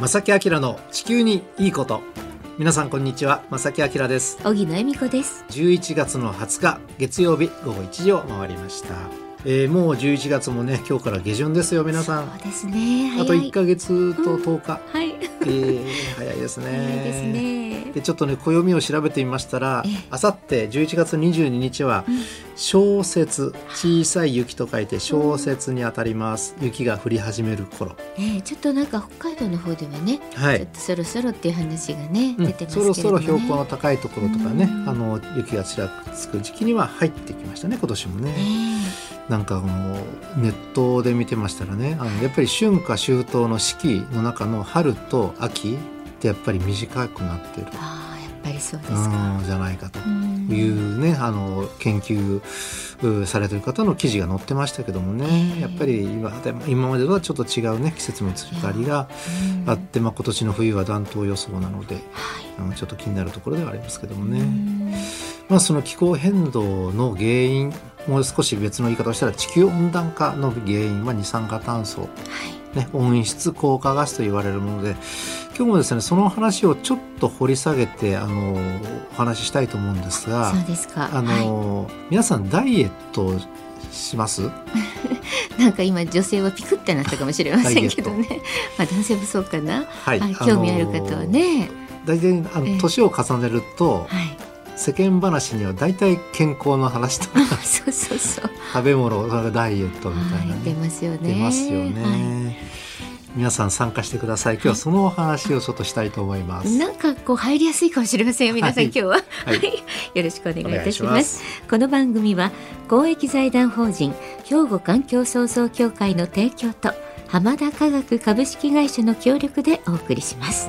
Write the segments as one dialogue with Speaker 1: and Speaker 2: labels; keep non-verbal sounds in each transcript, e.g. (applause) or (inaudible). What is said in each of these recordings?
Speaker 1: 正木明の地球にいいこと皆さんこんにちは正木明です
Speaker 2: 小木の恵美子です
Speaker 1: 11月の20日月曜日午後1時を回りました、えーもう11月もね今日から下旬ですよ皆さん
Speaker 2: そうですね早い
Speaker 1: あと1ヶ月と10日、
Speaker 2: はい
Speaker 1: え
Speaker 2: (laughs)
Speaker 1: ー早いですね
Speaker 2: 早 (laughs) いですね
Speaker 1: でちょっとね暦を調べてみましたら
Speaker 2: ええ
Speaker 1: あさって11月22日は
Speaker 2: うん
Speaker 1: 小雪小さい雪と書いて小雪にあたります雪が降り始める頃
Speaker 2: ねえちょっとなんか北海道の方ではね、
Speaker 1: は
Speaker 2: ち
Speaker 1: い
Speaker 2: ょっとそろそろっていう話がね、
Speaker 1: うん
Speaker 2: 出てます
Speaker 1: そ
Speaker 2: けれども
Speaker 1: ろ
Speaker 2: ね
Speaker 1: そろ標高の高いところとかね
Speaker 2: うん
Speaker 1: あの雪がちらつく時期には入ってきましたね今年もね
Speaker 2: ね
Speaker 1: なんかあのネットで見てましたらねあのやっぱり春夏秋冬の四季の中の春と秋ってやっぱり短くなってる
Speaker 2: えああやっぱりそうですか
Speaker 1: うんじゃないかと
Speaker 2: うん
Speaker 1: いうね、あの研究うされてる方の記事が載ってましたけどもね、
Speaker 2: ええ
Speaker 1: やっぱり今でも今までとはちょっと違うね季節の移り変わりが
Speaker 2: うん
Speaker 1: あって、まあ、今年の冬は暖冬予想なので、
Speaker 2: はい
Speaker 1: うんちょっと気になるところではありますけどもね、
Speaker 2: うん
Speaker 1: まあ、その気候変動の原因もう少し別の言い方をしたら地球温暖化の原因は二酸化炭素、
Speaker 2: はい
Speaker 1: ね、温室効果ガスと言われるもので今日もですねその話をちょっと掘り下げてあのお話ししたいと思うんですが。
Speaker 2: そうですか
Speaker 1: あ
Speaker 2: は
Speaker 1: のー皆さんダイエットします
Speaker 2: い、なんか今女性はピクってなったかもしれませんけどね (laughs) まあ男性もそうかな、
Speaker 1: は
Speaker 2: はい、興味ある方は。ね、
Speaker 1: のー大体あの、
Speaker 2: ええ
Speaker 1: 年を重ねると (laughs)
Speaker 2: はい
Speaker 1: 世間話には大体健康の話とか
Speaker 2: あそうそうそう
Speaker 1: 食べ物それからダイエットみたいな
Speaker 2: はい、出
Speaker 1: ね、
Speaker 2: ますよね
Speaker 1: 出ますよね。
Speaker 2: は
Speaker 1: 皆さん参加してください。今日はそのお話をちょっとしたいと思いま
Speaker 2: い、
Speaker 1: す。
Speaker 2: なんかこう入りやすいかもしれませんよ皆さん、
Speaker 1: はい
Speaker 2: 今日は、
Speaker 1: はい
Speaker 2: はいよろしくお願いいたし
Speaker 1: お
Speaker 2: ま
Speaker 1: 願いします
Speaker 2: この番組は公益財団法人兵庫環境創造協会の提供と浜田科学株式会社の協力でお送りします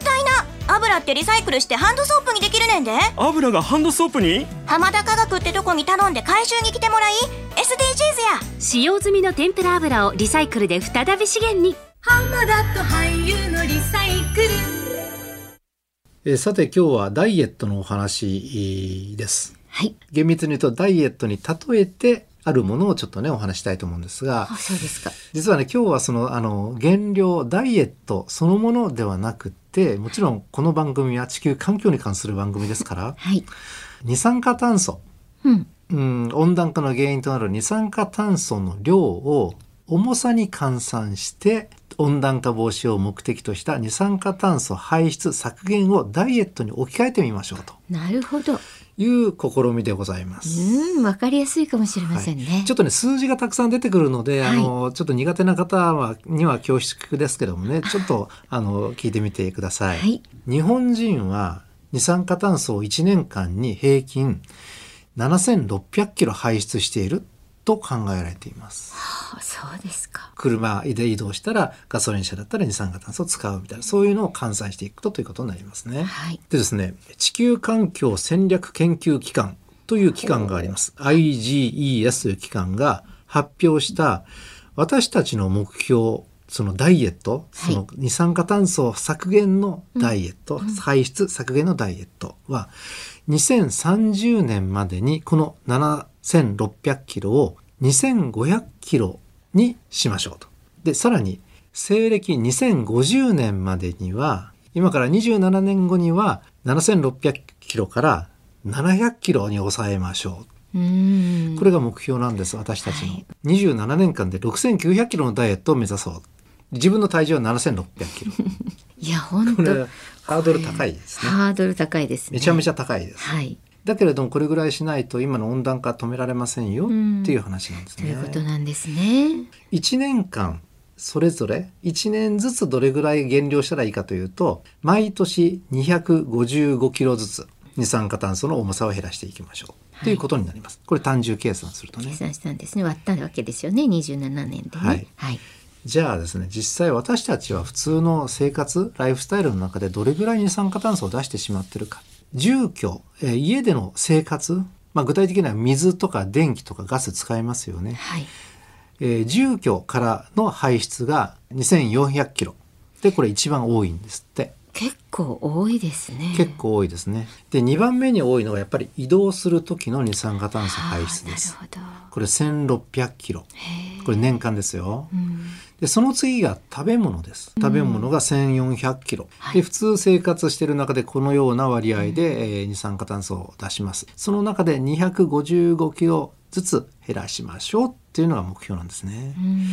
Speaker 3: たいな油ってリサイクルしてハンドソープにできるねんで
Speaker 4: 油がハンドソープに
Speaker 3: 浜田科学ってとこに頼んで回収に来てもらい SDGs や
Speaker 5: 使用済みの天ぷら油をリサイクルで再び資源に
Speaker 1: えーさて今日はダイエットのお話です。
Speaker 2: はい
Speaker 1: 厳密に言うとダイエットに例えてあるものをちょっとねお話したいと思うんですが。
Speaker 2: あそうですか
Speaker 1: 実はね今日はそのあの減量ダイエットそのものではなくってもちろんこの番組は地球環境に関する番組ですから
Speaker 2: はい
Speaker 1: 二酸化炭素、
Speaker 2: うん
Speaker 1: うん、温暖化の原因となる二酸化炭素の量を重さに換算して温暖化防止を目的とした二酸化炭素排出削減をダイエットに置き換えてみましょうと
Speaker 2: なるほど
Speaker 1: いう試みでございます。
Speaker 2: うんわかりやすいかもしれませんね、
Speaker 1: ちょっとね数字がたくさん出てくるので、
Speaker 2: はい
Speaker 1: あのちょっと苦手な方はには恐縮ですけどもねちょっとあの聞いてみてください、
Speaker 2: はい
Speaker 1: 日本人は二酸化炭素を1年間に平均7600キロ排出していると考えられています
Speaker 2: あそうですか
Speaker 1: 車で移動したらガソリン車だったら二酸化炭素を使うみたいなそういうのを換算していくとということになりますね
Speaker 2: はい
Speaker 1: でですね地球環境戦略研究機関という機関があります IGES という機関が発表した私たちの目標そのダイエット、
Speaker 2: はい
Speaker 1: その二酸化炭素削減のダイエット、排出削減のダイエットは2030年までにこの7600キロを2500キロにしましょうと。で、さらに西暦2050年までには今から27年後には7600キロから700キロに抑えましょう。
Speaker 2: うん
Speaker 1: これが目標なんです私たちの、
Speaker 2: はい
Speaker 1: 27年間で6900キロのダイエットを目指そう自分の体重は7600キロ
Speaker 2: いや本
Speaker 1: こ
Speaker 2: 当
Speaker 1: れハードル高いですね
Speaker 2: ハードル高いですね
Speaker 1: めちゃめち
Speaker 2: ゃ
Speaker 1: ゃ高いです、
Speaker 2: はい
Speaker 1: だけれどもこれぐらいしないと今の温暖化止められませんよっていう話なんです
Speaker 2: と
Speaker 1: ね、
Speaker 2: いうことなんですね。
Speaker 1: 1年間それぞれ1年ずつどれぐらい減量したらいいかというと毎年255キロずつ二酸化炭素の重さを減らしていきましょうということになります、これ単純計算するとね
Speaker 2: 計算したんですね。割ったわけですよね。27年でね。
Speaker 1: はい
Speaker 2: はい。
Speaker 1: じゃあですね実際私たちは普通の生活ライフスタイルの中でどれぐらい二酸化炭素を出してしまってるか住居、えー家での生活、まあ、具体的には水とか電気とかガス使いますよね、
Speaker 2: はい。
Speaker 1: えー住居からの排出が2400キロでこれ一番多いんですって
Speaker 2: 結構多いですね。
Speaker 1: 結構多いですねで2番目に多いのがやっぱり移動する時の二酸化炭素排出です
Speaker 2: あーなるほ
Speaker 1: これ1600キロ
Speaker 2: へー
Speaker 1: これ年間ですよ
Speaker 2: ど。うん。
Speaker 1: でその次が食べ物です食べ物が1400キロ、で普通生活してる中でこのような割合で、えー二酸化炭素を出しますその中で255キロずつ減らしましょうっていうのが目標なんですね、
Speaker 2: うん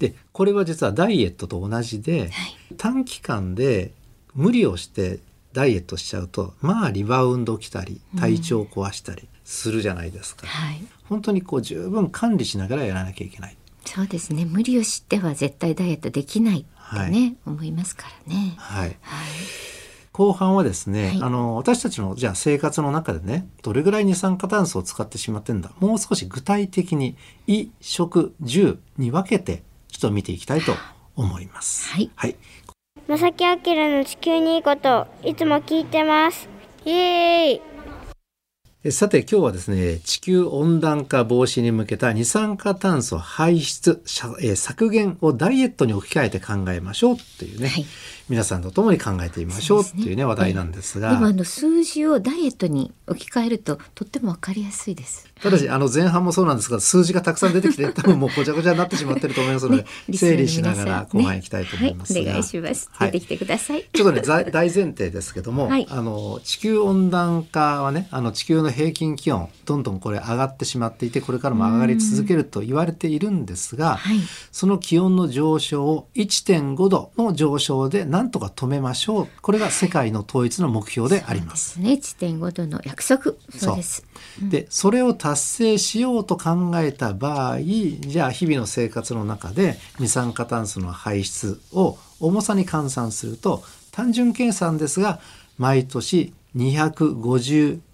Speaker 1: でこれは実はダイエットと同じで、短期間で無理をしてダイエットしちゃうとまあリバウンド来たり体調壊したりするじゃないですか、
Speaker 2: はい。
Speaker 1: 本当にこう十分管理しながらやらなきゃいけない
Speaker 2: そうですね。無理を知っては絶対ダイエットできないってね、
Speaker 1: は
Speaker 2: 思いますからね。
Speaker 1: はい
Speaker 2: はい。
Speaker 1: 後半はですね、
Speaker 2: はい
Speaker 1: あの私たちのじゃあ生活の中でねどれぐらい二酸化炭素を使ってしまってんだもう少し具体的に衣食住に分けてちょっと見ていきたいと思います。
Speaker 2: はい
Speaker 1: はい、
Speaker 6: まさきあきらの地球にいいこといつも聞いてますイエーイ
Speaker 1: えさて今日はですね地球温暖化防止に向けた二酸化炭素排出遮えー削減をダイエットに置き換えて考えましょうっていうね、
Speaker 2: はい
Speaker 1: 皆さんと共に考えてみましょうっていうね話題なんですが、
Speaker 2: でもあの数字をダイエットに置き換えるととってもわかりやすいです。
Speaker 1: ただし、あの前半もそうなんですが、数字がたくさん出てき
Speaker 2: (laughs)
Speaker 1: て、多分もうごちゃごちゃになってしまってると思いますので、
Speaker 2: リスナ
Speaker 1: 整理
Speaker 2: ーの皆
Speaker 1: し
Speaker 2: さん
Speaker 1: ながら後半いきたいと思いますが、
Speaker 2: ねはい、お願いします。
Speaker 1: は
Speaker 2: 出
Speaker 1: い
Speaker 2: てきてください。
Speaker 1: ちょっとね、ざい大前提ですけども、
Speaker 2: はい
Speaker 1: あの地球温暖化はね、あの地球の平均気温、どんどんこれ上がってしまっていて、これからも上がり続けると言われているんですが、
Speaker 2: はい。
Speaker 1: その気温の上昇を1.5度の上昇でなんとか止めましょう。これが世界の統一の目標であります。
Speaker 2: ね、1.5度の約束。そうです。
Speaker 1: でそれを達成しようと考えた場合じゃあ日々の生活の中で二酸化炭素の排出を重さに換算すると単純計算ですが毎年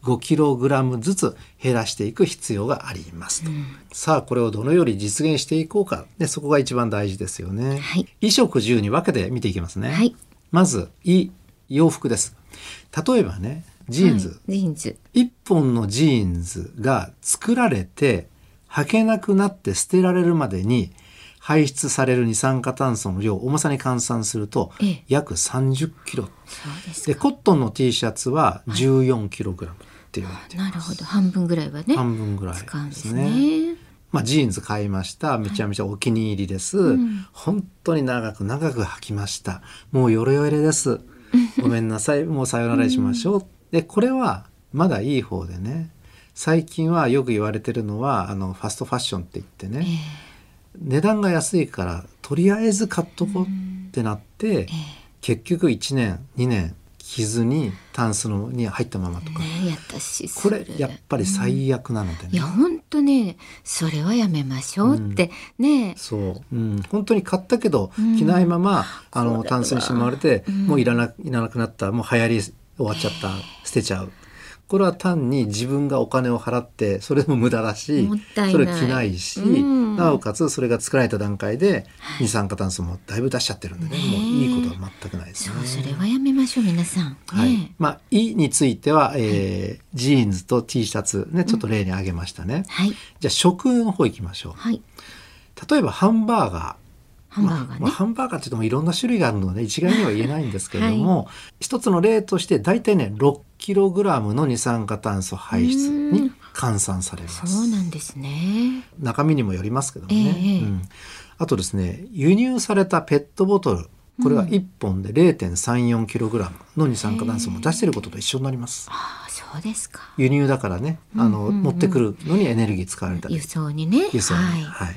Speaker 1: 255kg ずつ減らしていく必要がありますと、さあこれをどのように実現していこうか、ね、そこが一番大事ですよね。
Speaker 2: はい
Speaker 1: 衣食住に分けて見ていきますね。
Speaker 2: はい
Speaker 1: まず衣洋服です例えばねジーンズ、
Speaker 2: はいジーンズ。
Speaker 1: 一本のジーンズが作られて履けなくなって捨てられるまでに排出される二酸化炭素の量重さに換算すると
Speaker 2: ええ
Speaker 1: 約30キロ
Speaker 2: そうです
Speaker 1: で
Speaker 2: か。
Speaker 1: コットンの T シャツは14キログラムって言われて
Speaker 2: なるほど。半分ぐらいはね。
Speaker 1: 半分ぐらい
Speaker 2: 使うん
Speaker 1: で
Speaker 2: ですす
Speaker 1: ね。
Speaker 2: ね。
Speaker 1: まあジーンズ買いましためちゃめちゃお気に入りです、
Speaker 2: ん
Speaker 1: 本当に長く長く履きましたもうよろよれですごめんなさい (laughs) もうさよならにしましょう、でこれはまだいい方でね最近はよく言われてるのはあのファストファッションって言ってね、値段が安いからとりあえず買っとこうってなって、結局1年2年着ずにタンスのに入ったままとか、
Speaker 2: ね、やったし。
Speaker 1: これやっぱり最悪なのでね、
Speaker 2: いや本当ねそれはやめましょうって、ね
Speaker 1: そう、うん、本当に買ったけど着ないまま、あ
Speaker 2: そう
Speaker 1: の
Speaker 2: だ
Speaker 1: タンスにしまわれて、もういらないらなくなったもう流行り終わっちゃった、捨てちゃうこれは単に自分がお金を払ってそれも無駄だし
Speaker 2: もったいない
Speaker 1: それ着ないし、
Speaker 2: うん
Speaker 1: なおかつそれが作られた段階で二酸化炭素もだいぶ出しちゃってるんでね、もういいことは全くないです
Speaker 2: そ
Speaker 1: ね。
Speaker 2: うそれはやめましょう皆さん。ね、
Speaker 1: はい。まあ、いについては、えージーンズと T シャツね、ちょっと例に挙げましたね。
Speaker 2: はい、
Speaker 1: じゃあ、食の方行きましょう。
Speaker 2: はい、
Speaker 1: 例えばハンバーガー。
Speaker 2: ハンバーガーね。
Speaker 1: まあ、ハンバーガーって言ってもいろんな種類があるので一概には言えないんですけれども、一つの例として大体ね 6kg の二酸化炭素排出に換算されま
Speaker 2: そう
Speaker 1: す
Speaker 2: なんですね。
Speaker 1: 中身にもよりますけどもね、
Speaker 2: ええ
Speaker 1: うん、あとですね輸入されたペットボトルこれは1本で 0.34kg の二酸化炭素も出してることと一緒になります、
Speaker 2: ああ、そうですか。
Speaker 1: 輸入だからねあの、持ってくるのにエネルギー使われたり
Speaker 2: 輸送にね。
Speaker 1: 輸送に
Speaker 2: はい。
Speaker 1: はい、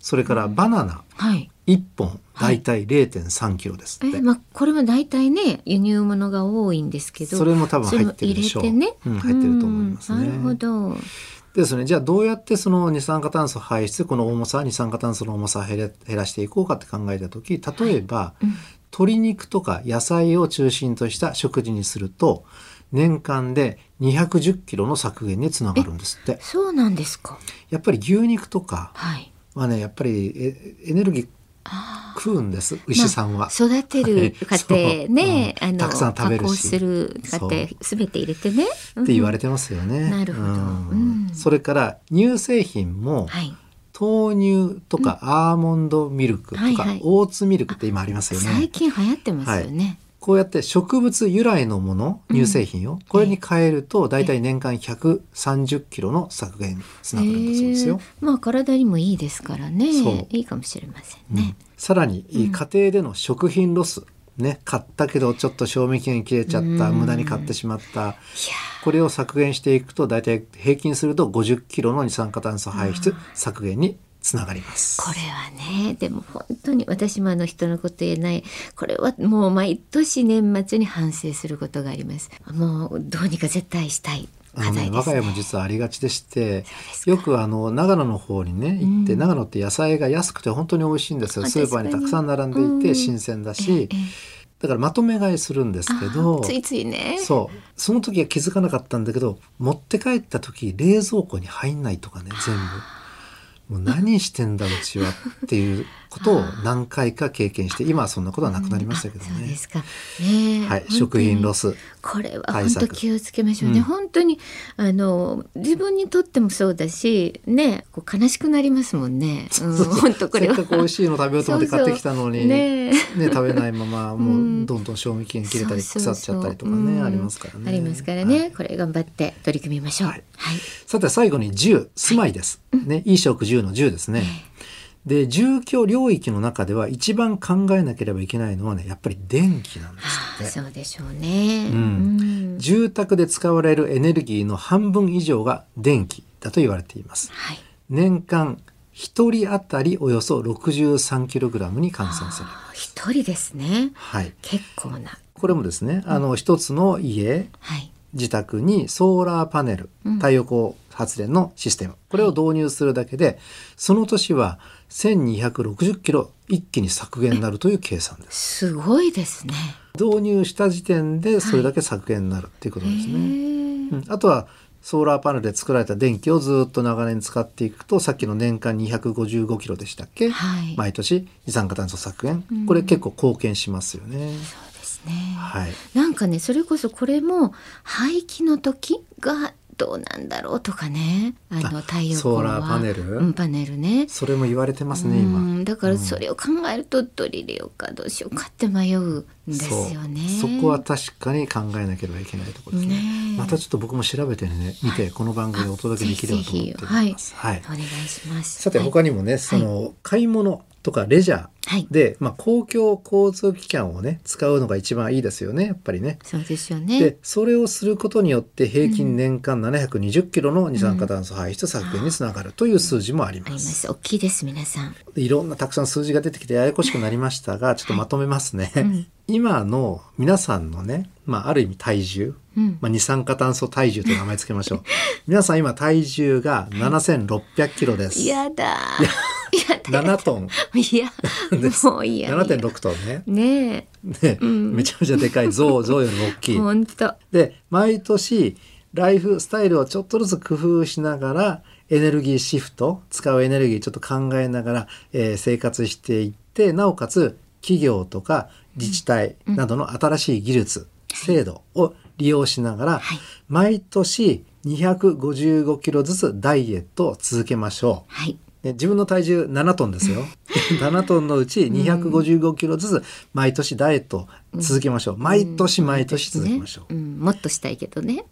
Speaker 1: それからバナナ
Speaker 2: はい。
Speaker 1: 1本大体 0.3kg ですって、
Speaker 2: え、まあ、これも大体ね、輸入物が多いんですけど。
Speaker 1: それも多分
Speaker 2: それ
Speaker 1: 入
Speaker 2: も
Speaker 1: ってるでしょう。
Speaker 2: 入れてね。
Speaker 1: うん、入ってると思いますね。
Speaker 2: うんなるほど。
Speaker 1: ですね。じゃあどうやってその二酸化炭素排出、この重さ、二酸化炭素の重さを減ら減らしていこうかって考えたとき、例えば、鶏肉とか野菜を中心とした食事にすると、年間で210キロの削減につながるんですって。
Speaker 2: そうなんですか。
Speaker 1: やっぱり牛肉とか
Speaker 2: はい。
Speaker 1: はね、やっぱりえエネルギー食うんです牛さんは、
Speaker 2: 育てる家庭ね、
Speaker 1: はいそううん
Speaker 2: あの
Speaker 1: たくさん食べるし
Speaker 2: 加工する家
Speaker 1: そう
Speaker 2: 庭すべて入れてね
Speaker 1: って言われ
Speaker 2: て、
Speaker 1: てますよね。
Speaker 2: んなるほど
Speaker 1: うん
Speaker 2: うん
Speaker 1: それから乳製品も
Speaker 2: はい
Speaker 1: 豆乳とかアーモンドミルクとか、
Speaker 2: はいはい
Speaker 1: オーツミルクって今ありますよ
Speaker 2: 最
Speaker 1: ね。
Speaker 2: 近流行ってますよね、
Speaker 1: こうやって植物由来のもの乳製品を、これに変えるとだいたい年間130キロの削減につながるんだそうですよ
Speaker 2: へ。えまあ体にもいいですからね
Speaker 1: そう
Speaker 2: いいかもしれません
Speaker 1: うん
Speaker 2: ね、
Speaker 1: さらに、家庭での食品ロスね買ったけどちょっと賞味期限切れちゃった、
Speaker 2: うん
Speaker 1: 無駄に買ってしまったこれを削減していくと大体平均すると50キロの二酸化炭素排出削減につながります。
Speaker 2: これはねでも本当に私もあの人のこと言えないこれはもう毎年年末に反省することがありますもうどうにか絶対したい
Speaker 1: あ
Speaker 2: 課
Speaker 1: の
Speaker 2: 題
Speaker 1: ね、
Speaker 2: で
Speaker 1: 我
Speaker 2: す
Speaker 1: が
Speaker 2: ね
Speaker 1: 家も実はありがちでして
Speaker 2: ですか
Speaker 1: よくあの長野の方にね行って、
Speaker 2: うん
Speaker 1: 長野って野菜が安くて本当に美味しいんですよ
Speaker 2: あ
Speaker 1: スーパーに
Speaker 2: 確か
Speaker 1: た
Speaker 2: に
Speaker 1: くさん並んでいうて
Speaker 2: ん
Speaker 1: 新鮮だ
Speaker 2: え
Speaker 1: し、
Speaker 2: ええ
Speaker 1: だからまとめ買いするんですけ
Speaker 2: あ
Speaker 1: ど
Speaker 2: ーついついね
Speaker 1: そうその時は気づかなかったんだけど持って帰った時冷蔵庫に入んないとかね全部もう何してんだうちはっていうことを何回か経験して今はそんなことはなくなりましたけど
Speaker 2: あそうで
Speaker 1: ね。
Speaker 2: すか。ねえ
Speaker 1: はい、食品ロ
Speaker 2: ス。
Speaker 1: ス
Speaker 2: これは
Speaker 1: 対
Speaker 2: 本
Speaker 1: 策
Speaker 2: 当気をつけましょう
Speaker 1: う
Speaker 2: ね。
Speaker 1: ん
Speaker 2: 本当にあの自分にとってもそうだし、ね、こう悲しくなりますもんね。うん、本当こ
Speaker 1: せ
Speaker 2: れ
Speaker 1: っ
Speaker 2: は。
Speaker 1: かく美味しいの食べようと思って買ってきたのに
Speaker 2: ねえ
Speaker 1: ね、食べないま
Speaker 2: (laughs)
Speaker 1: ま
Speaker 2: う
Speaker 1: もうんどんどん賞味期限切れたり
Speaker 2: そ
Speaker 1: 腐っ
Speaker 2: うそうそ
Speaker 1: ち
Speaker 2: う
Speaker 1: ゃったりとかね
Speaker 2: うん
Speaker 1: ありますからね。
Speaker 2: ありますから
Speaker 1: は
Speaker 2: ね。
Speaker 1: い
Speaker 2: これ頑張って取り組みましょう。は
Speaker 1: はいい。
Speaker 2: は
Speaker 1: さて最後に10住まいです。ね、衣食住の10ですね。で住居領域の中では一番考えなければいけないのはねやっぱり電気なんです
Speaker 2: あ、
Speaker 1: って。
Speaker 2: そうでしょうね。
Speaker 1: うん
Speaker 2: うん
Speaker 1: 住宅で使われるエネルギーの半分以上が電気だと言われています。
Speaker 2: はい。
Speaker 1: 年間1人当たりおよそ 63kg に換算する。
Speaker 2: あー一人ですね。
Speaker 1: はい。
Speaker 2: 結構な。
Speaker 1: これもですね、あの一つの家、
Speaker 2: はい。
Speaker 1: 自宅にソーラーパネル
Speaker 2: うん
Speaker 1: 太陽光発電のシステム、これを導入するだけでその年は1260キロ一気に削減になるという計算です
Speaker 2: すごいですね。
Speaker 1: 導入した時点でそれだけ削減になるっていうことですね、
Speaker 2: ね。
Speaker 1: うんあとはソーラーパネルで作られた電気をずっと長年使っていくとさっきの年間255キロでしたっけ、
Speaker 2: はい。
Speaker 1: 毎年二酸化炭素削減、
Speaker 2: うん
Speaker 1: これ結構貢献しますよね、
Speaker 2: そうですね。
Speaker 1: はい
Speaker 2: なんかねそれこそこれも廃棄の時がどうなんだろうとかねあの
Speaker 1: あ
Speaker 2: 太陽光は
Speaker 1: ソーラーパネル
Speaker 2: うん、パネルね
Speaker 1: それも言われてますね
Speaker 2: う
Speaker 1: 今
Speaker 2: んだからそれを考えるとどれ入れようかどうしようかって迷うんですよね。
Speaker 1: そうそこは確かに考えなければいけないところですね
Speaker 2: ねえ
Speaker 1: またちょっと僕も調べてね見てこの番組でお届けできればと思っております、はい
Speaker 2: お願いします。
Speaker 1: さて他にもね、その買い物とかレジャ
Speaker 2: はい、はい
Speaker 1: ー、で、まあ、公共交通機関をね使うのが一番いいですよねやっぱりね。
Speaker 2: そうですよね。
Speaker 1: でそれをすることによって平均年間720キロの二酸化炭素排出削減につながるという数字もあり
Speaker 2: あり
Speaker 1: ま。
Speaker 2: ますす大きいです皆さん。
Speaker 1: いろんなたくさん数字が出てきてややこしくなりましたがちょっとまとめますね。
Speaker 2: ん
Speaker 1: 今の皆さんのね、まあ、ある意味体重、
Speaker 2: うん、
Speaker 1: まあ、二酸化炭素体重という名前つけま
Speaker 2: (laughs)
Speaker 1: しょう皆さん今体重が7600キロです、
Speaker 2: やだ (laughs)
Speaker 1: 7トン
Speaker 2: いや
Speaker 1: (laughs) です
Speaker 2: もういやいや
Speaker 1: 7.6トンね
Speaker 2: ね
Speaker 1: ね、めちゃめちゃでかい象象よりも大き
Speaker 2: え
Speaker 1: い
Speaker 2: 本当
Speaker 1: で毎年ライフスタイルをちょっとずつ工夫しながらエネルギーシフト使うエネルギーちょっと考えながら、えー生活していってなおかつ企業とか自治体などの新しい技術、制度を利用しながら、
Speaker 2: はい
Speaker 1: 毎年255キロずつダイエットを続けましょう。
Speaker 2: はい
Speaker 1: ね自分の体重7トンですよ。7トン (laughs) のうち255キロずつ毎年ダイエットを続けましょう。毎年毎年続けましょう。
Speaker 2: ねうん、もっとしたいけどね。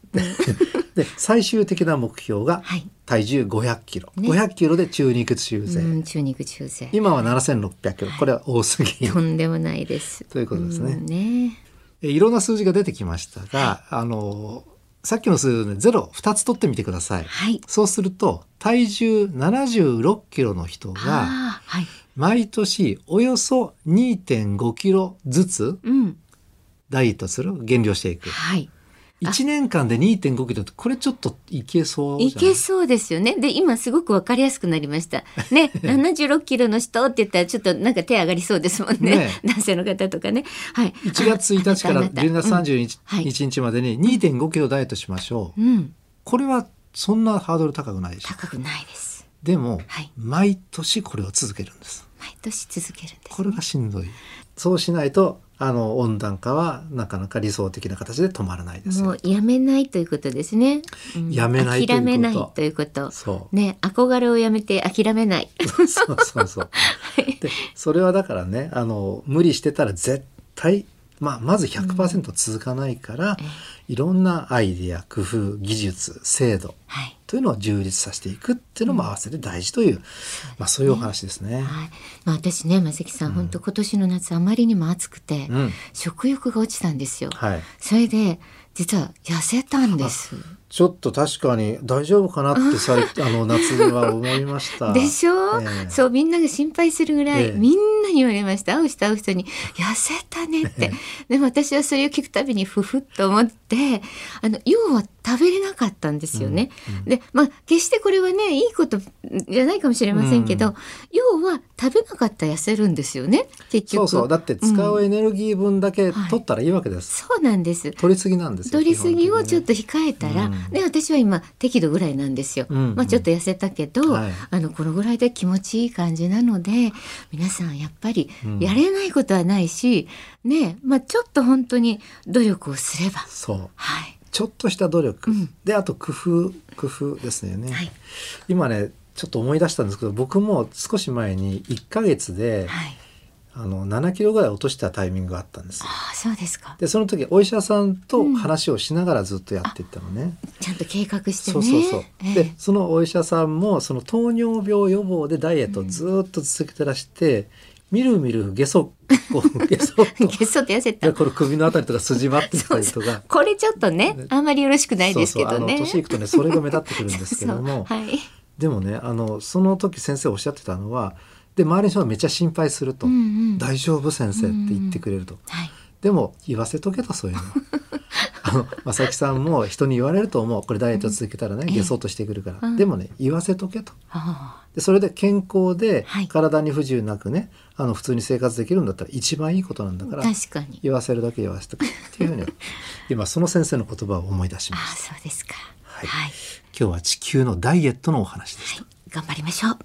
Speaker 1: で最終的な目標が
Speaker 2: はい
Speaker 1: 体重500キロ、
Speaker 2: ね
Speaker 1: 500キロで中肉中背、
Speaker 2: うん、中肉中背。
Speaker 1: 今は7600キロこれは多すぎる、
Speaker 2: とんでもないです。
Speaker 1: ということですね
Speaker 2: んね
Speaker 1: えいろんな数字が出てきましたが、あのさっきの数字でゼロ2つ取ってみてください、
Speaker 2: はい。
Speaker 1: そうすると体重76キロの人が
Speaker 2: ああ、はい。
Speaker 1: 毎年およそ2.5キロずつ
Speaker 2: うん、
Speaker 1: ダイエットする減量していく
Speaker 2: はい。
Speaker 1: 1年間で2.5キロってこれちょっといけそう
Speaker 2: い
Speaker 1: じゃない
Speaker 2: けそうですよね。で、今すごくわかりやすくなりました。
Speaker 1: (laughs)
Speaker 2: ね、76キロの人って言ったらちょっとなんか手上がりそうですもんね。
Speaker 1: ね
Speaker 2: 男性の方とかね。はい。
Speaker 1: 1月1日から
Speaker 2: あなたあ
Speaker 1: 12
Speaker 2: な
Speaker 1: 月
Speaker 2: たはい
Speaker 1: 31日までに2.5キロダイエットしましょう。
Speaker 2: うん、うん
Speaker 1: これはそんなハードル高くないでしょ。
Speaker 2: 高くないです。
Speaker 1: でも、
Speaker 2: はい
Speaker 1: 毎年これを続けるんです。
Speaker 2: 毎とし続けるんです
Speaker 1: これがしんどいそうしないとあの温暖化はなかなか理想的な形で止まらないです
Speaker 2: も
Speaker 1: よ
Speaker 2: うやめないということですね、うん
Speaker 1: やめないということ
Speaker 2: 諦めないということ
Speaker 1: そう
Speaker 2: ね憧れをやめて諦めない
Speaker 1: そうそうそう。でそれはだからねあの無理してたら絶対、まあ、まず100%続かないから、いろんなアイデア工夫技術制度
Speaker 2: はい、
Speaker 1: というのを充実させていくっていうのも合わせて大事という、まあ、そういうお話ですね。
Speaker 2: はい、まあ私ね松崎さん、本当今年の夏あまりにも暑くて、
Speaker 1: うん
Speaker 2: 食欲が落ちたんですよ、
Speaker 1: はい、
Speaker 2: それで実は痩せたんです
Speaker 1: ちょっと確かに大丈夫かなってさ
Speaker 2: (laughs)
Speaker 1: あの夏は思いました。
Speaker 2: でしょ、
Speaker 1: ええ
Speaker 2: そうみんなが心配するぐらい、
Speaker 1: ええ
Speaker 2: みんなに言われました会う人会う人に「痩せた
Speaker 1: (laughs)
Speaker 2: ね」って、でも私はそれを聞くたびにふふっと思ってあの要は食べれなかったんですよね。でまあ決してこれはねいいことじゃないかもしれませんけど、
Speaker 1: うん
Speaker 2: 要は食べなかったら痩せるんですよね結
Speaker 1: そ
Speaker 2: 局
Speaker 1: うそうだって使うエネルギー分だけ取ったらいいわけです。
Speaker 2: そうなんです。
Speaker 1: 取りすぎなんですよ。
Speaker 2: 取りすぎをちょっ
Speaker 1: と
Speaker 2: と控えたら、
Speaker 1: うん
Speaker 2: で私は今適度ぐらいなんですよ、
Speaker 1: うんうん
Speaker 2: まあちょっと痩せたけど、
Speaker 1: はい
Speaker 2: あのこのぐらいで気持ちいい感じなので皆さんやっぱり
Speaker 1: うん
Speaker 2: やれないことはないし、ねまあちょっと本当に努力をすれば
Speaker 1: そう
Speaker 2: はい
Speaker 1: ちょっとした努力、
Speaker 2: うん
Speaker 1: であと工夫工夫ですよね、
Speaker 2: はい
Speaker 1: 今ねちょっと思い出したんですけど僕も少し前に1ヶ月で、
Speaker 2: はい
Speaker 1: あの7キロぐらい落としたタイミングがあったんです
Speaker 2: ああそうですか
Speaker 1: でその時お医者さんと話をしながらずっとやっていったのね、
Speaker 2: ちゃんと計画してね
Speaker 1: そうそうそう、
Speaker 2: え
Speaker 1: で
Speaker 2: え
Speaker 1: そのお医者さんもその糖尿病予防でダイエットをずっと続けてらして、みるみるゲソこ (laughs) うゲソと
Speaker 2: ゲスト痩せ
Speaker 1: いや
Speaker 2: た
Speaker 1: これ (laughs) 首のあたりとか筋張ってきたりとか
Speaker 2: これちょっとねあんまりよろしくないですけ
Speaker 1: そうそう
Speaker 2: ど
Speaker 1: あの
Speaker 2: ね
Speaker 1: 年いくとねそれが目立ってくるんですけども
Speaker 2: (laughs) そうそうはい
Speaker 1: でもねあのその時先生おっしゃってたのはで周りの人がめっちゃ心配すると「
Speaker 2: うんうん
Speaker 1: 大丈夫先生」って言ってくれると、
Speaker 2: はい
Speaker 1: でも言わせとけと
Speaker 2: (laughs)
Speaker 1: そういうの。あの正木さんも人に言われると思うこれダイエット続けたらね、
Speaker 2: ええ
Speaker 1: ゲソっとしてくるから、
Speaker 2: うん
Speaker 1: でもね言わせとけと
Speaker 2: あ
Speaker 1: でそれで健康で
Speaker 2: はい
Speaker 1: 体に不自由なくね、あの普通に生活できるんだったら一番いいことなんだか
Speaker 2: あ
Speaker 1: ら
Speaker 2: 確かに
Speaker 1: 言わせるだけ言わせとけっていうふうに
Speaker 2: (laughs)
Speaker 1: 今その先生の言葉を思い出しま
Speaker 2: ああ
Speaker 1: した
Speaker 2: そうですか
Speaker 1: はい
Speaker 2: はい
Speaker 1: 今日は地球のダイエットのお話でした、
Speaker 2: 頑張りましょう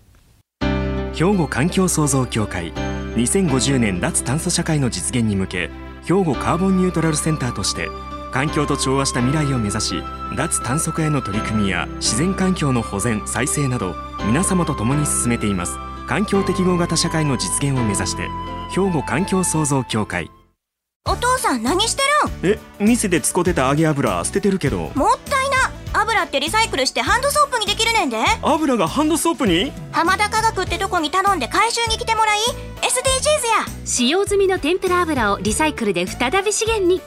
Speaker 4: 兵庫環境創造協会2050年脱炭素社会の実現に向け兵庫カーボンニュートラルセンターとして環境と調和した未来を目指し脱炭素化への取り組みや自然環境の保全再生など皆様と共に進めています環境適合型社会の実現を目指して兵庫環境創造協会
Speaker 3: お父さん何してるん
Speaker 4: え店で使ってた揚げ油捨ててるけど
Speaker 3: もったいな油ってリサイクルしてハンドソープにできるねんで
Speaker 4: 油がハンドソープに
Speaker 3: 浜田科学ってとこに頼んで回収に来てもらい SDGs や
Speaker 5: 使用済みの天ぷら油をリサイクルで再び資源に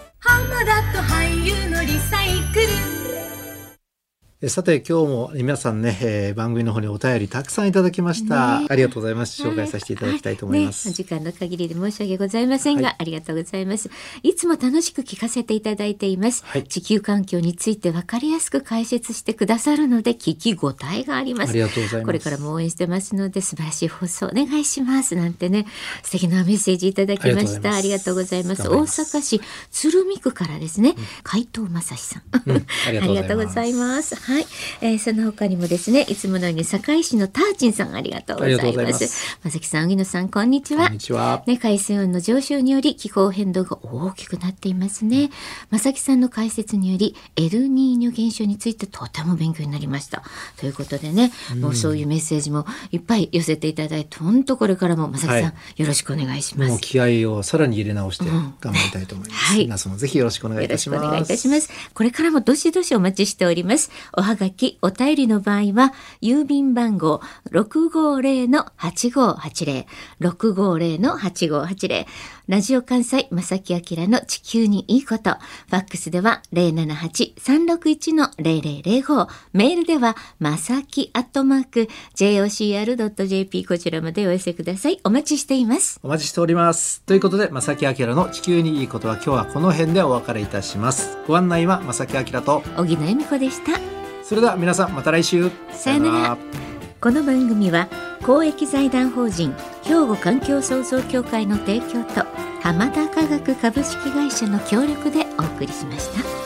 Speaker 1: えさて今日も皆さんね、えー番組の方にお便りたくさんいただきました、
Speaker 2: ね
Speaker 1: ありがとうございます紹介させていただきたいと思います、
Speaker 2: ね、お時間の限りで申し訳ございませんが、
Speaker 1: はい
Speaker 2: ありがとうございます。いつも楽しく聞かせていただいています。
Speaker 1: はい
Speaker 2: 地球環境について分かりやすく解説してくださるので、聞き応えがあります。
Speaker 1: ありがとうございます
Speaker 2: これからも応援してますので、素晴らしい放送お願いします。なんてね、素敵なメッセージいただきました。あ
Speaker 1: あ
Speaker 2: り
Speaker 1: り
Speaker 2: が
Speaker 1: が
Speaker 2: と
Speaker 1: と
Speaker 2: う
Speaker 1: う
Speaker 2: ご
Speaker 1: ご
Speaker 2: ざ
Speaker 1: ざ
Speaker 2: い
Speaker 1: い
Speaker 2: ま。
Speaker 1: ますす
Speaker 2: 大阪市鶴見区からですね、海藤正史さん。
Speaker 1: あり
Speaker 2: あり
Speaker 1: が
Speaker 2: がと
Speaker 1: と
Speaker 2: う
Speaker 1: う
Speaker 2: ご
Speaker 1: ご
Speaker 2: ざ
Speaker 1: ざ
Speaker 2: い
Speaker 1: い
Speaker 2: ま。
Speaker 1: ますす。
Speaker 2: はい、えーその他にもですね、いつものように堺市のターチンさんありがとうござい
Speaker 1: ありがとう
Speaker 2: ま。
Speaker 1: ございます
Speaker 2: まさきさん、荻野さん、こんにちは。
Speaker 1: こんにちは
Speaker 2: ね、海水温の上昇により気候変動が大きくなっていますね。まさきさんの解説により、エルニーニョ現象についてとても勉強になりました。ということでね、もうそういうメッセージもいっぱい寄せていただいて、本当これからもまさきさん、
Speaker 1: は
Speaker 2: よろしくお願いしま
Speaker 1: もう
Speaker 2: す。
Speaker 1: 気合をさらに入れ直して頑張りたいと思います、
Speaker 2: はい
Speaker 1: 皆様ぜひよろしくお願いい
Speaker 2: よろ
Speaker 1: た
Speaker 2: し
Speaker 1: し
Speaker 2: くお
Speaker 1: ます
Speaker 2: 願いいたします。これからもどしどしお待ちしております。おはがき、お便りの場合は、郵便番号650-8580、650-8580、ラジオ関西、正木明の地球にいいこと、ファックスでは078-361-0005、メールでは、まさきアットマーク、jocr.jp こちらまでお寄せください。お待ちしています。
Speaker 1: お待ちしておりますということで正木明の地球にいいことは今日はこの辺でお別れいたしますご案内は正木明と
Speaker 2: 小木野恵美子でした。
Speaker 1: それでは皆さんまた来週
Speaker 2: さよならこの番組は公益財団法人兵庫環境創造協会の提供と浜田科学株式会社の協力でお送りしました。